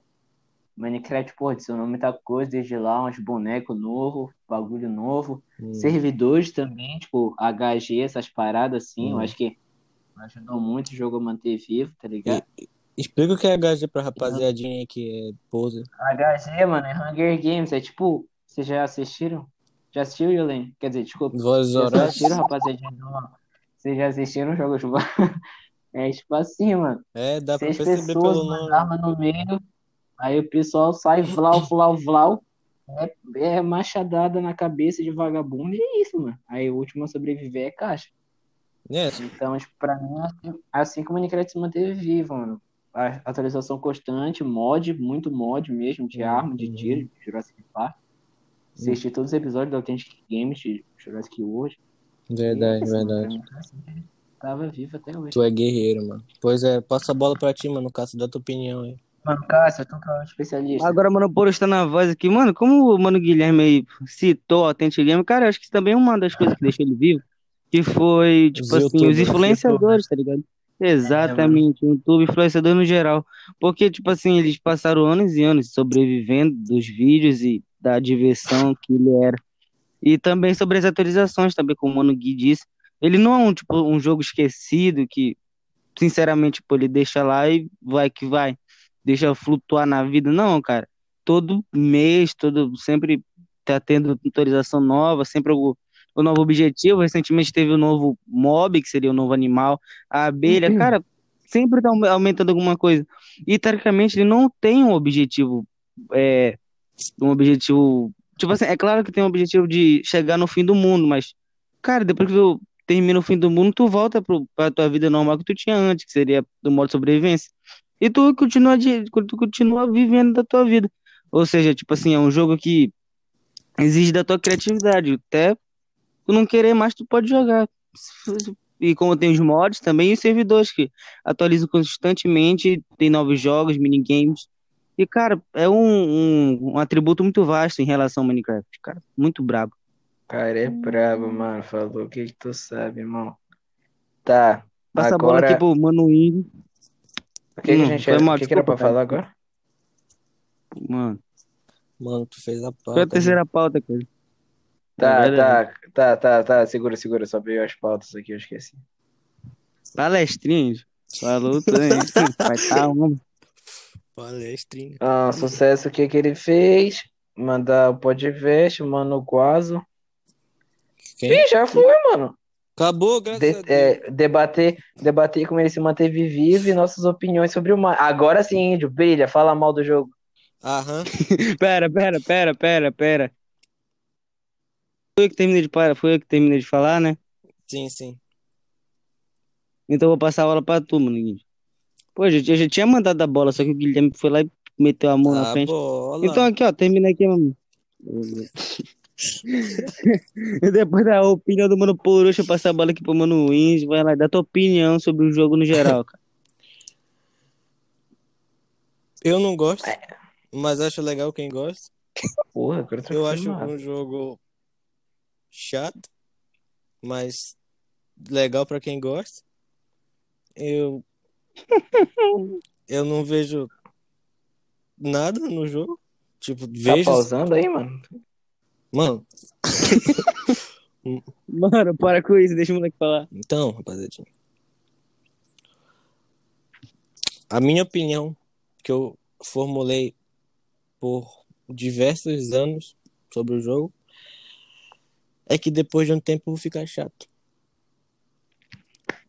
Speaker 3: Minecraft, pô, adicionou muita coisa desde lá, uns bonecos novos, bagulho novo.
Speaker 1: Hum.
Speaker 3: Servidores também, tipo, HG, essas paradas assim, eu
Speaker 1: Hum.
Speaker 3: acho que ajudou muito o jogo a manter vivo, tá ligado?
Speaker 1: Explica o que é HG
Speaker 3: Uhum.
Speaker 1: pra rapaziadinha aí que é pose.
Speaker 3: HG, mano, é Hunger Games, é tipo, vocês já assistiram? Já assistiu, Yolene? Quer dizer, desculpa.
Speaker 1: Vozes
Speaker 3: Vocês já
Speaker 1: orais.
Speaker 3: assistiram, rapaziadinha? Não. Vocês já assistiram o jogo? Tipo, É tipo assim, mano.
Speaker 1: É, dá pra
Speaker 3: Seis
Speaker 1: perceber
Speaker 3: pessoas, né?
Speaker 1: pelo
Speaker 3: uma
Speaker 1: nome.
Speaker 3: arma no meio. Aí o pessoal sai, vlau, vlau, vlau. É, é machadada na cabeça de vagabundo e é isso, mano. Aí o último a sobreviver é caixa.
Speaker 1: Né?
Speaker 3: Então, tipo, pra mim, assim- assim que o Minecraft se manteve vivo, mano. A atualização constante, mod, muito mod mesmo, de
Speaker 1: Uhum.
Speaker 3: arma, de tiro, de Jurassic Park. Assisti todos os episódios da Authentic Games, de Jurassic World. E é
Speaker 1: Verdade,
Speaker 3: isso, mano. Pra
Speaker 1: verdade.
Speaker 3: mim, foi assim que tava vivo até hoje.
Speaker 1: Tu é guerreiro, mano. Pois é, passa a bola pra ti, mano. Cássio, dá tua opinião aí.
Speaker 3: Mano, Cássio, tu que é um especialista.
Speaker 2: Agora, mano, Poro está na voz aqui. Mano, como o Mano Guilherme aí citou o Autêntico Guilherme, cara, acho que isso também é uma das coisas que deixou ele vivo, que foi, tipo
Speaker 1: Os
Speaker 2: assim,
Speaker 1: youtubers, né? os
Speaker 2: os influenciadores, tá ligado? Exatamente, YouTube, influenciador no geral. Porque, tipo assim, eles passaram anos e anos sobrevivendo dos vídeos e da diversão que ele era. E também sobre as atualizações, também como o Mano Gui disse. Ele não é um, tipo, um jogo esquecido que, sinceramente, pô, ele deixa lá e vai que vai. Deixa flutuar na vida. Não, cara. Todo mês, todo sempre tá tendo atualização nova, sempre o, o novo objetivo. Recentemente teve o novo mob, que seria o novo animal, a abelha. Cara, sempre tá aume- aumentando alguma coisa. E, teoricamente, ele não tem um objetivo... É, um objetivo. Tipo assim, é claro que tem um objetivo de chegar no fim do mundo, mas, cara, depois que tu termina o fim do mundo, tu volta pro, pra tua vida normal que tu tinha antes, que seria do modo sobrevivência. E tu continua, de, tu continua vivendo da tua vida. Ou seja, tipo assim, é um jogo que exige da tua criatividade. Até tu não querer mais, tu pode jogar. E como tem os mods também, e os servidores que atualizam constantemente, tem novos jogos, minigames. E, cara, é um, um, um atributo muito vasto em relação ao Minecraft, cara. Muito brabo.
Speaker 3: Cara, é brabo, mano. Falou o que que tu sabe, irmão. Tá,
Speaker 2: Passa a bola aqui
Speaker 3: agora.
Speaker 2: pro Mano Ingo.
Speaker 3: O que que a
Speaker 2: Não,
Speaker 3: gente
Speaker 2: Hum, foi
Speaker 3: era... o
Speaker 2: mal,
Speaker 3: que que era pra
Speaker 2: desculpa, cara.
Speaker 3: falar agora?
Speaker 2: Mano,
Speaker 1: Mano, tu fez a
Speaker 2: foi a
Speaker 1: pauta. né?
Speaker 2: terceira pauta, cara.
Speaker 3: Tá,
Speaker 2: Agora é
Speaker 3: tá, tá, tá, tá. Segura, segura. Só veio as pautas aqui, eu esqueci.
Speaker 2: palestrinhos. Falou, tudo, Tá hein? Vai tá, homem.
Speaker 1: Palestrinha.
Speaker 3: Ah, sucesso, o que que ele fez? Mandar o podcast, mano, quase.
Speaker 1: Quem?
Speaker 3: Ih, já foi, mano.
Speaker 1: Acabou, graças
Speaker 3: De-
Speaker 1: a Deus.
Speaker 3: é, debater, debater como ele se manteve vivo e nossas opiniões sobre o mar. Agora sim, índio, brilha, fala mal do jogo.
Speaker 1: Aham.
Speaker 2: Pera, pera, pera, pera, pera. Foi eu que terminei de para, foi eu que terminei de falar, né?
Speaker 1: Sim, sim.
Speaker 2: Então eu vou passar a bola pra tu, mano. Guilherme. Pô, gente, eu já tinha mandado a bola, só que o Guilherme foi lá e meteu a mão na
Speaker 1: A
Speaker 2: frente.
Speaker 1: bola.
Speaker 2: Então aqui, ó, termina aqui, mano. E depois da opinião do Mano Porucho, eu passo a bola aqui pro Mano Wins, vai lá, dá tua opinião sobre o jogo no geral, cara.
Speaker 1: Eu não gosto,
Speaker 2: é.
Speaker 1: mas acho legal quem gosta.
Speaker 3: Porra, agora eu tô
Speaker 1: Eu acho
Speaker 3: filmado.
Speaker 1: um jogo chato, mas legal pra quem gosta. Eu, eu não vejo nada no jogo. Tipo,
Speaker 3: Tá
Speaker 1: vejo.
Speaker 3: pausando aí, mano?
Speaker 1: Mano,
Speaker 2: Mano, para com isso, deixa o moleque falar.
Speaker 1: então, rapaziadinha. A minha opinião, que eu formulei por diversos anos sobre o jogo, é que depois de um tempo fica chato.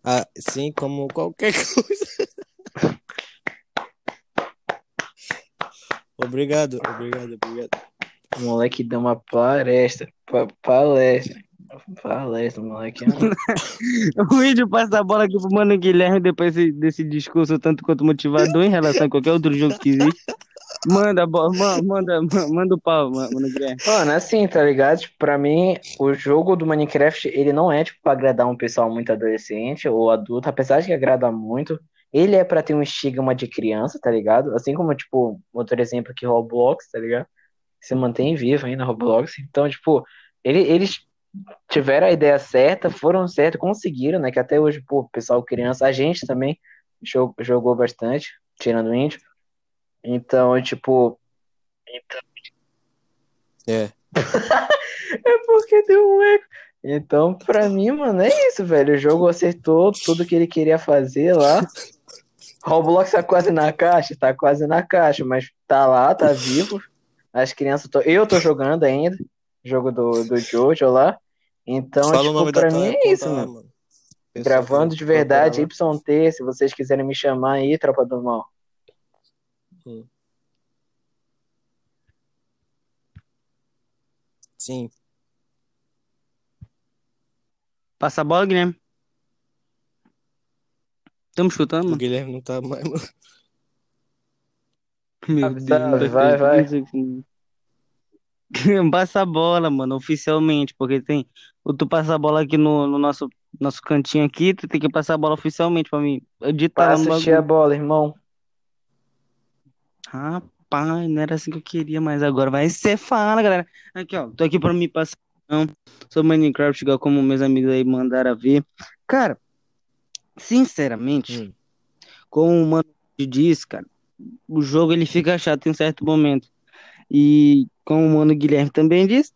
Speaker 1: Assim como qualquer coisa. Obrigado, obrigado, obrigado.
Speaker 3: O moleque deu uma palestra. pa- palestra. Palestra, o moleque. é um-
Speaker 2: O vídeo passa a bola aqui pro Mano Guilherme depois desse, desse discurso tanto quanto motivador em relação a qualquer outro jogo que existe. Manda a bola, ma- manda, ma- manda o pau, ma- Mano Guilherme.
Speaker 3: Mano, assim, tá ligado? Tipo, pra mim, o jogo do Minecraft, ele não é, tipo, pra agradar um pessoal muito adolescente ou adulto, apesar de que agrada muito. Ele é pra ter um estigma de criança, tá ligado? Assim como, tipo, outro exemplo aqui, Roblox, tá ligado? Se mantém vivo ainda, Roblox. Então, tipo, ele, eles tiveram a ideia certa, foram certos, conseguiram, né? Que até hoje, pô, o pessoal criança, a gente também jo- jogou bastante, tirando o índio. Então, tipo,
Speaker 1: É.
Speaker 3: É porque deu um eco. Então, pra mim, mano, é isso, velho. O jogo acertou tudo que ele queria fazer lá. Roblox tá quase na caixa, tá quase na caixa, mas tá lá, tá vivo. As crianças. Tô... Eu tô jogando ainda. Jogo do, do Jojo lá. Então,
Speaker 1: Fala o
Speaker 3: tipo,
Speaker 1: nome da
Speaker 3: pra
Speaker 1: tua
Speaker 3: mim
Speaker 1: conta
Speaker 3: é isso,
Speaker 1: lá,
Speaker 3: mano.
Speaker 1: Pessoal
Speaker 3: Gravando
Speaker 1: que
Speaker 3: de verdade,
Speaker 1: procurar
Speaker 3: YT, se vocês quiserem me chamar aí, tropa do mal.
Speaker 1: lá. Hum. Sim.
Speaker 2: Passa a bola, Guilherme. Estamos
Speaker 3: Hum.
Speaker 2: escutando,
Speaker 1: O
Speaker 2: mano?
Speaker 1: Guilherme não tá mais. mano.
Speaker 2: Meu
Speaker 3: Tá,
Speaker 2: Deus,
Speaker 3: tá,
Speaker 2: não tô
Speaker 3: vai,
Speaker 2: acreditando nisso. assim. Passa a bola, mano, oficialmente, porque tem. ou Tu passa a bola aqui no, no nosso, nosso cantinho aqui, tu tem que passar a bola oficialmente pra mim. Editar lá no
Speaker 3: Passa tia
Speaker 2: bagulho.
Speaker 3: bola, irmão.
Speaker 2: Rapaz, não era assim que eu queria, mas agora vai ser fala, galera. Aqui, ó, tô aqui pra me passar não, sobre Minecraft, igual como meus amigos aí mandaram a ver. Cara, sinceramente,
Speaker 1: Hum.
Speaker 2: como o Mano diz, cara, o jogo ele fica chato em certo momento. E como o Mano Guilherme também disse,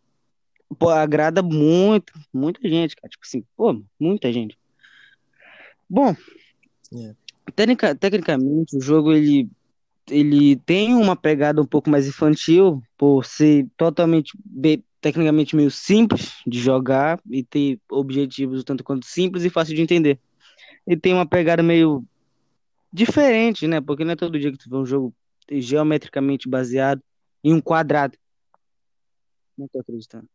Speaker 2: pô, agrada muito, muita gente, cara. Tipo assim, pô, muita gente. Bom,
Speaker 1: É.
Speaker 2: tecnica- tecnicamente o jogo ele ele tem uma pegada um pouco mais infantil, por ser totalmente, be- tecnicamente meio simples de jogar e ter objetivos o tanto quanto simples e fácil de entender. E tem uma pegada meio diferente, né? Porque não é todo dia que tu vê um jogo geometricamente baseado em um quadrado. Não tô acreditando.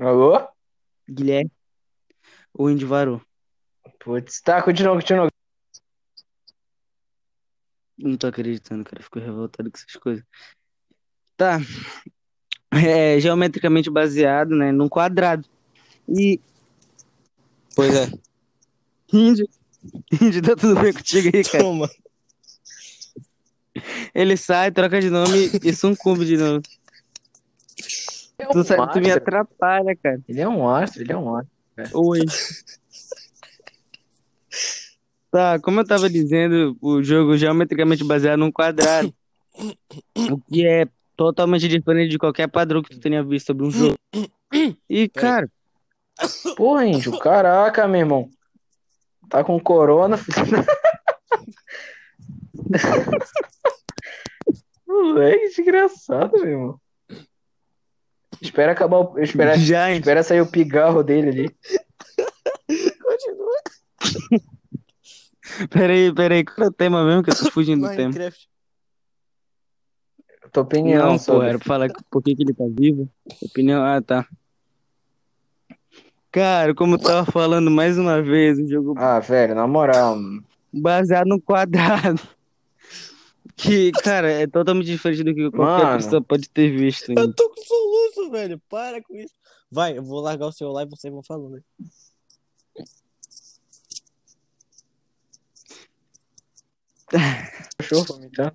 Speaker 3: Alô?
Speaker 2: Guilherme, o Indy varou.
Speaker 3: Putz, tá, continua, continua.
Speaker 2: Não tô acreditando, cara. Fico revoltado com essas coisas. Tá. É geometricamente baseado, né? Num quadrado. E
Speaker 1: Pois é.
Speaker 2: Indy, Indy, tá tudo bem contigo aí, cara?
Speaker 1: Toma.
Speaker 2: Ele sai, troca de nome e sucumbe de novo.
Speaker 3: Ele é
Speaker 2: Tu, sai-
Speaker 3: um
Speaker 2: tu me
Speaker 3: astro,
Speaker 2: atrapalha, cara.
Speaker 3: ele é um astro, ele é um astro.
Speaker 2: Oi. Tá, como eu tava dizendo, o jogo é geometricamente baseado num quadrado. O que é totalmente diferente de qualquer padrão que tu tenha visto sobre um jogo.
Speaker 1: Peraí.
Speaker 2: E, cara,
Speaker 3: Porra, índio, caraca, meu irmão. Tá com corona, filho. Moleque, desgraçado, meu irmão. Espera acabar o. Espera,
Speaker 2: já hein?
Speaker 3: espera sair o pigarro dele ali.
Speaker 1: Continua.
Speaker 2: Peraí, peraí, qual é o tema mesmo que eu tô fugindo do tema?
Speaker 1: Minecraft.
Speaker 3: Tua opinião
Speaker 2: Não, pô,
Speaker 3: sobre.
Speaker 2: era pra falar por que, que ele tá vivo. Opinião, ah, tá. Cara, como eu tava falando mais uma vez, um jogo
Speaker 3: Ah, velho, na moral, mano.
Speaker 2: baseado no quadrado. Que, cara, é totalmente diferente do que qualquer
Speaker 3: Mano.
Speaker 2: pessoa pode ter visto. né?
Speaker 1: Eu tô com soluço, velho. Para com isso. Vai, eu vou largar o celular e vocês vão falando.
Speaker 3: Cachorro vomitando.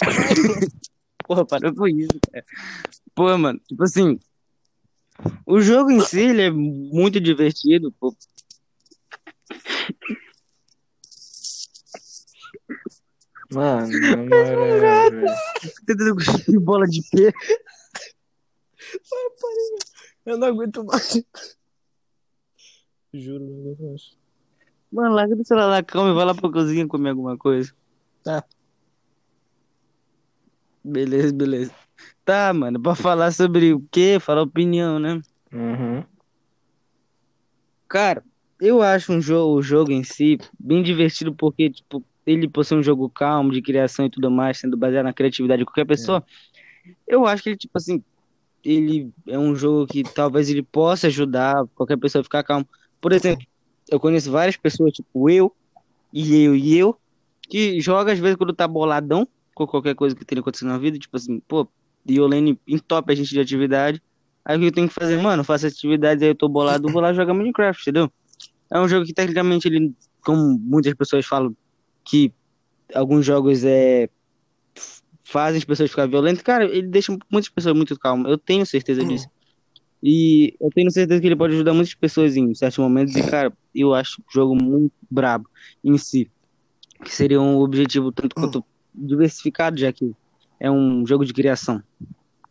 Speaker 2: Porra, para com isso, cara. Pô, mano, tipo assim, o jogo em si, ele é muito divertido, pô.
Speaker 3: Mano, na
Speaker 2: um
Speaker 3: moral, velho.
Speaker 2: Tentando cuspir bola de pé.
Speaker 1: Eu não aguento mais. Juro, não aguento mais.
Speaker 2: Mano, larga do celular, calma, e vai lá pra cozinha comer alguma coisa.
Speaker 1: Tá.
Speaker 2: Beleza, beleza. Tá, mano, pra falar sobre o quê? Falar opinião, né?
Speaker 3: Uhum.
Speaker 2: Cara, eu acho um jogo, o jogo em si bem divertido porque, tipo, ele por ser um jogo calmo, de criação e tudo mais, sendo baseado na criatividade de qualquer pessoa, eu acho que ele, tipo assim, ele é um jogo que talvez ele possa ajudar qualquer pessoa a ficar calmo. Por exemplo, eu conheço várias pessoas, tipo eu, e eu, e eu, que joga às vezes quando tá boladão com qualquer coisa que tenha acontecido na vida, tipo assim, pô, Yolene entope a gente de atividade. Aí o que eu tenho que fazer, mano, eu faço atividades, aí eu tô bolado, vou lá jogar Minecraft, entendeu? É um jogo que tecnicamente ele, como muitas pessoas falam, que alguns jogos é f- fazem as pessoas ficar violentas, cara, ele deixa muitas pessoas muito calmas. Eu tenho certeza disso. E eu tenho certeza que ele pode ajudar muitas pessoas em certos momentos. E, cara, eu acho o jogo muito brabo em si. Que seria um objetivo tanto
Speaker 3: Hum.
Speaker 2: quanto diversificado, já que é um jogo de criação.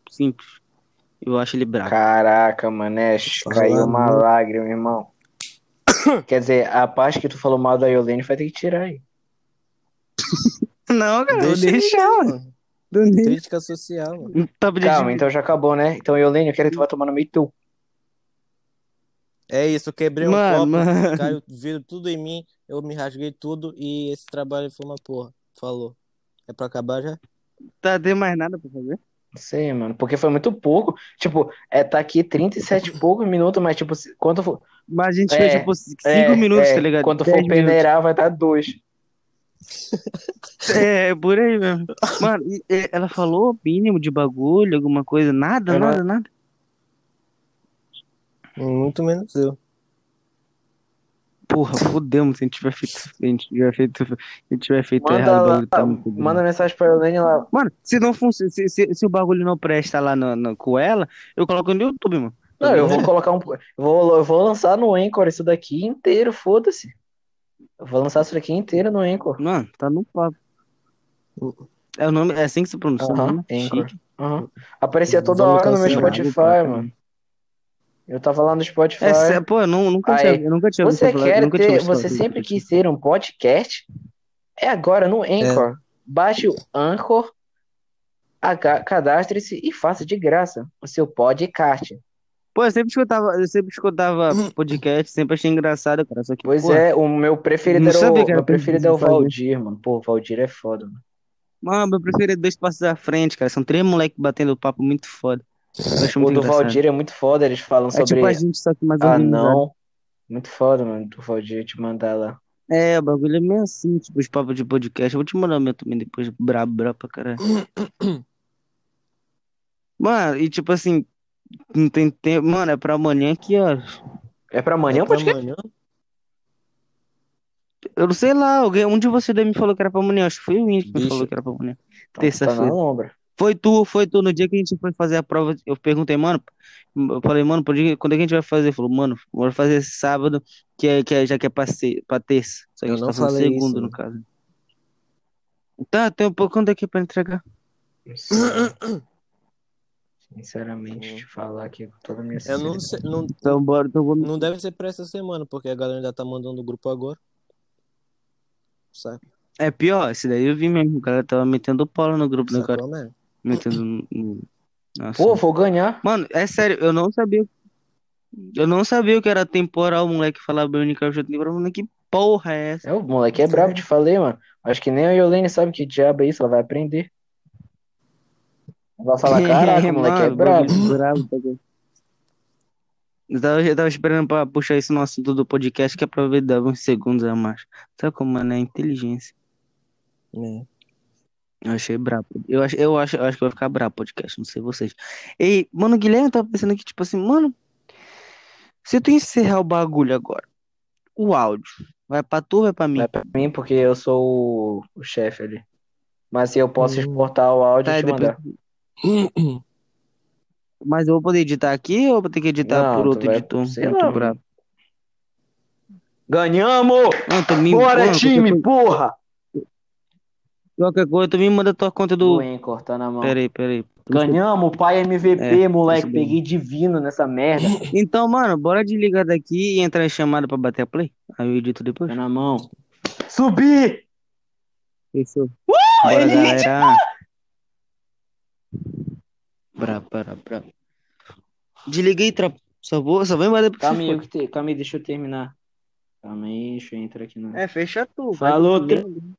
Speaker 2: Simples. Eu acho ele brabo.
Speaker 3: Caraca, mané, caiu uma lágrima, irmão. Quer dizer, a parte que tu falou mal da Yolene vai ter que tirar aí.
Speaker 2: Não, cara, eu
Speaker 1: Deixa
Speaker 2: deixo.
Speaker 1: isso, mano.
Speaker 2: eu deixo.
Speaker 1: Crítica social, mano.
Speaker 2: Tá pedindo-
Speaker 3: Calma, então já acabou, né? Então, Yolene, eu quero que tu vá tomar no meio do teu.
Speaker 1: É isso, eu quebrei um
Speaker 2: Mano,
Speaker 1: copo,
Speaker 2: mano.
Speaker 1: caiu vidro tudo em mim, eu me rasguei tudo e esse trabalho foi uma porra. Falou. É pra acabar já?
Speaker 2: Tá, tem mais nada pra fazer?
Speaker 3: Não sei, mano, porque foi muito pouco. Tipo, é, tá aqui 37 e poucos minutos, mas, tipo, se- quando for.
Speaker 2: Mas a gente
Speaker 3: É,
Speaker 2: fez, tipo, 5
Speaker 3: é,
Speaker 2: minutos,
Speaker 3: é,
Speaker 2: tá ligado?
Speaker 3: Quando
Speaker 2: Dez
Speaker 3: for
Speaker 2: minutos.
Speaker 3: peneirar, vai dar dois.
Speaker 2: É, é por aí mesmo. Mano, e- e- ela falou mínimo de bagulho, alguma coisa, nada,
Speaker 3: Ela-
Speaker 2: nada, nada.
Speaker 1: Muito menos eu.
Speaker 2: Porra, fodemos se a gente tiver feito. Se a gente tiver feito, se a gente tiver feito
Speaker 3: Manda,
Speaker 2: errado, o
Speaker 3: lá,
Speaker 2: bagulho tá muito bom.
Speaker 3: manda mensagem pra Yolene lá.
Speaker 2: Mano, se não funciona, se, se, se o bagulho não presta lá na na- com ela, eu coloco no YouTube, mano.
Speaker 3: Não, eu
Speaker 2: Uhum.
Speaker 3: vou
Speaker 1: É.
Speaker 3: colocar um. Vou, eu vou lançar no Anchor isso daqui inteiro, foda-se. Eu vou lançar isso daqui inteiro no Anchor.
Speaker 2: Mano, tá no papo. É o nome, é assim que se pronuncia,
Speaker 3: Aham,
Speaker 2: né?
Speaker 3: Anchor.
Speaker 2: Chique.
Speaker 3: Aham. Uhum. Aparecia toda
Speaker 1: Vamos
Speaker 3: hora no meu
Speaker 1: cancelar.
Speaker 3: Spotify,
Speaker 2: Caralho.
Speaker 3: mano. Eu tava lá no Spotify.
Speaker 2: É, sé- pô, eu nu- nunca tinha,
Speaker 3: Aí.
Speaker 2: eu nunca tinha ouvido
Speaker 3: Você
Speaker 2: falar- eu
Speaker 3: quer
Speaker 2: nunca tinha
Speaker 3: ter.
Speaker 2: ouvido
Speaker 3: Você
Speaker 2: falar
Speaker 3: sempre
Speaker 2: disso.
Speaker 3: quis ter um podcast? É agora no Anchor. Baixe o Anchor, aga- cadastre-se e faça de graça o seu podcast.
Speaker 2: Pô, eu sempre escutava, eu sempre escutava podcast, sempre achei engraçado, cara. Só que,
Speaker 3: Pois
Speaker 2: pô,
Speaker 3: é, o meu preferido
Speaker 2: não
Speaker 3: era
Speaker 2: sabia
Speaker 3: o,
Speaker 2: que era
Speaker 3: meu preferido é o
Speaker 2: preciso fazer.
Speaker 3: Valdir, mano. Pô, o Valdir é foda, mano.
Speaker 2: Mano, meu preferido é dois passos à frente, cara. São três moleques batendo papo muito foda. Eu acho
Speaker 3: O
Speaker 2: muito
Speaker 3: do
Speaker 2: engraçado.
Speaker 3: Valdir é muito foda, eles falam
Speaker 2: É
Speaker 3: sobre.
Speaker 2: tipo a gente, só que mais né?
Speaker 3: Ah,
Speaker 2: organizado.
Speaker 3: não. Muito foda, mano, do Valdir te mandar lá.
Speaker 2: É, o bagulho é meio assim, tipo, os papos de podcast. Eu vou te mandar o meu também depois, brabo, brabo pra caralho. Mano, e tipo assim, não tem tempo. Mano, é pra amanhã que horas?
Speaker 3: É pra
Speaker 1: É
Speaker 3: amanhã o
Speaker 1: pra
Speaker 3: podcast?
Speaker 1: amanhã?
Speaker 2: Eu não sei lá, alguém, um de vocês daí me falou que era pra amanhã. Acho que foi o Indy que me
Speaker 1: Bicho.
Speaker 2: falou que era pra amanhã.
Speaker 3: Então, tá na
Speaker 2: Terça-feira.
Speaker 3: lombra.
Speaker 2: Foi tu, foi tu. No dia que a gente foi fazer a prova, eu perguntei, mano. Eu falei, mano, por dia- quando é que a gente vai fazer? Ele falou, mano, bora fazer sábado, que, é, que é- já que é pra, ser, pra terça. Só que
Speaker 1: Eu
Speaker 2: a gente
Speaker 1: não
Speaker 2: tá fazendo
Speaker 1: falei
Speaker 2: segundo,
Speaker 1: isso,
Speaker 2: no
Speaker 1: mano.
Speaker 2: caso. Tá, tem um pouco. Quando é que é pra entregar?
Speaker 3: Não sei, mano. Sinceramente, te falar aqui com toda a minha
Speaker 1: Eu não
Speaker 3: sinceridade.
Speaker 1: sei. Não,
Speaker 2: Então, bora, então vamos.
Speaker 1: não deve ser pra essa semana, porque a galera ainda tá mandando o grupo agora. Sabe?
Speaker 2: É pior, esse daí eu vi mesmo. O cara tava metendo polo no grupo, né, cara?
Speaker 1: Sacou, né?
Speaker 2: Metendo. no- no- Nossa.
Speaker 3: Pô, vou ganhar.
Speaker 2: Mano, é sério, eu não sabia. Eu não sabia o que era temporal, o moleque falava bem Unicamp temporal, mano, que porra é essa?
Speaker 3: É, o moleque é brabo, te falei, mano. Acho que nem a Yolene sabe que diabo é isso, ela vai aprender. Ela vai falar, caraca, o moleque é
Speaker 2: Mano,
Speaker 3: brabo.
Speaker 2: bagulho brabo, bagulho. Eu tava, eu tava esperando pra puxar isso no assunto do podcast, que é pra ver dar uns segundos a mais. Sabe como, mano, é inteligência.
Speaker 1: É.
Speaker 2: Eu achei brabo. Eu acho, eu acho, eu acho que vai ficar brabo o podcast, não sei vocês. Ei, mano, o Guilherme tava pensando aqui, tipo assim, mano, se tu encerrar o bagulho agora, o áudio, vai pra tu, vai pra mim?
Speaker 3: Vai é pra mim, porque eu sou o, o chefe ali. Mas eu posso
Speaker 1: Hum.
Speaker 3: exportar o áudio
Speaker 2: Tá,
Speaker 3: e
Speaker 2: e
Speaker 3: te
Speaker 2: depois.
Speaker 3: mandar.
Speaker 2: Mas eu vou poder editar aqui ou eu vou ter que editar
Speaker 3: Não,
Speaker 2: por
Speaker 3: tu
Speaker 2: outro
Speaker 3: vai-
Speaker 2: editor?
Speaker 3: sei
Speaker 2: Muito
Speaker 3: lá,
Speaker 2: brabo.
Speaker 3: Ganhamos!
Speaker 2: Não, tu me...
Speaker 3: Bora,
Speaker 2: mano,
Speaker 3: time,
Speaker 2: Qualquer
Speaker 3: porra!
Speaker 2: coisa, qualquer coisa, tu me manda tua conta
Speaker 3: Do
Speaker 2: do.
Speaker 3: Anchor, tá na mão.
Speaker 2: Pera aí, pera aí.
Speaker 3: Ganhamos, pai MVP, moleque.
Speaker 2: é, isso mesmo.
Speaker 3: Peguei divino nessa merda.
Speaker 2: Então, mano, bora desligar daqui e entrar em chamada pra bater a play? Aí eu edito depois.
Speaker 3: Tá na mão. Subi!
Speaker 2: Fechou. Bora,
Speaker 3: ele
Speaker 2: galera. Bra, bra, bra. Desliguei, tropa. Só vou, só vou embora depois que
Speaker 3: Calma
Speaker 2: você
Speaker 3: aí, eu
Speaker 2: for.
Speaker 3: que te- calma aí, deixa eu terminar. Calma aí, deixa eu entrar aqui na.
Speaker 2: É, fecha tu.
Speaker 3: Falou,
Speaker 2: vai dormir.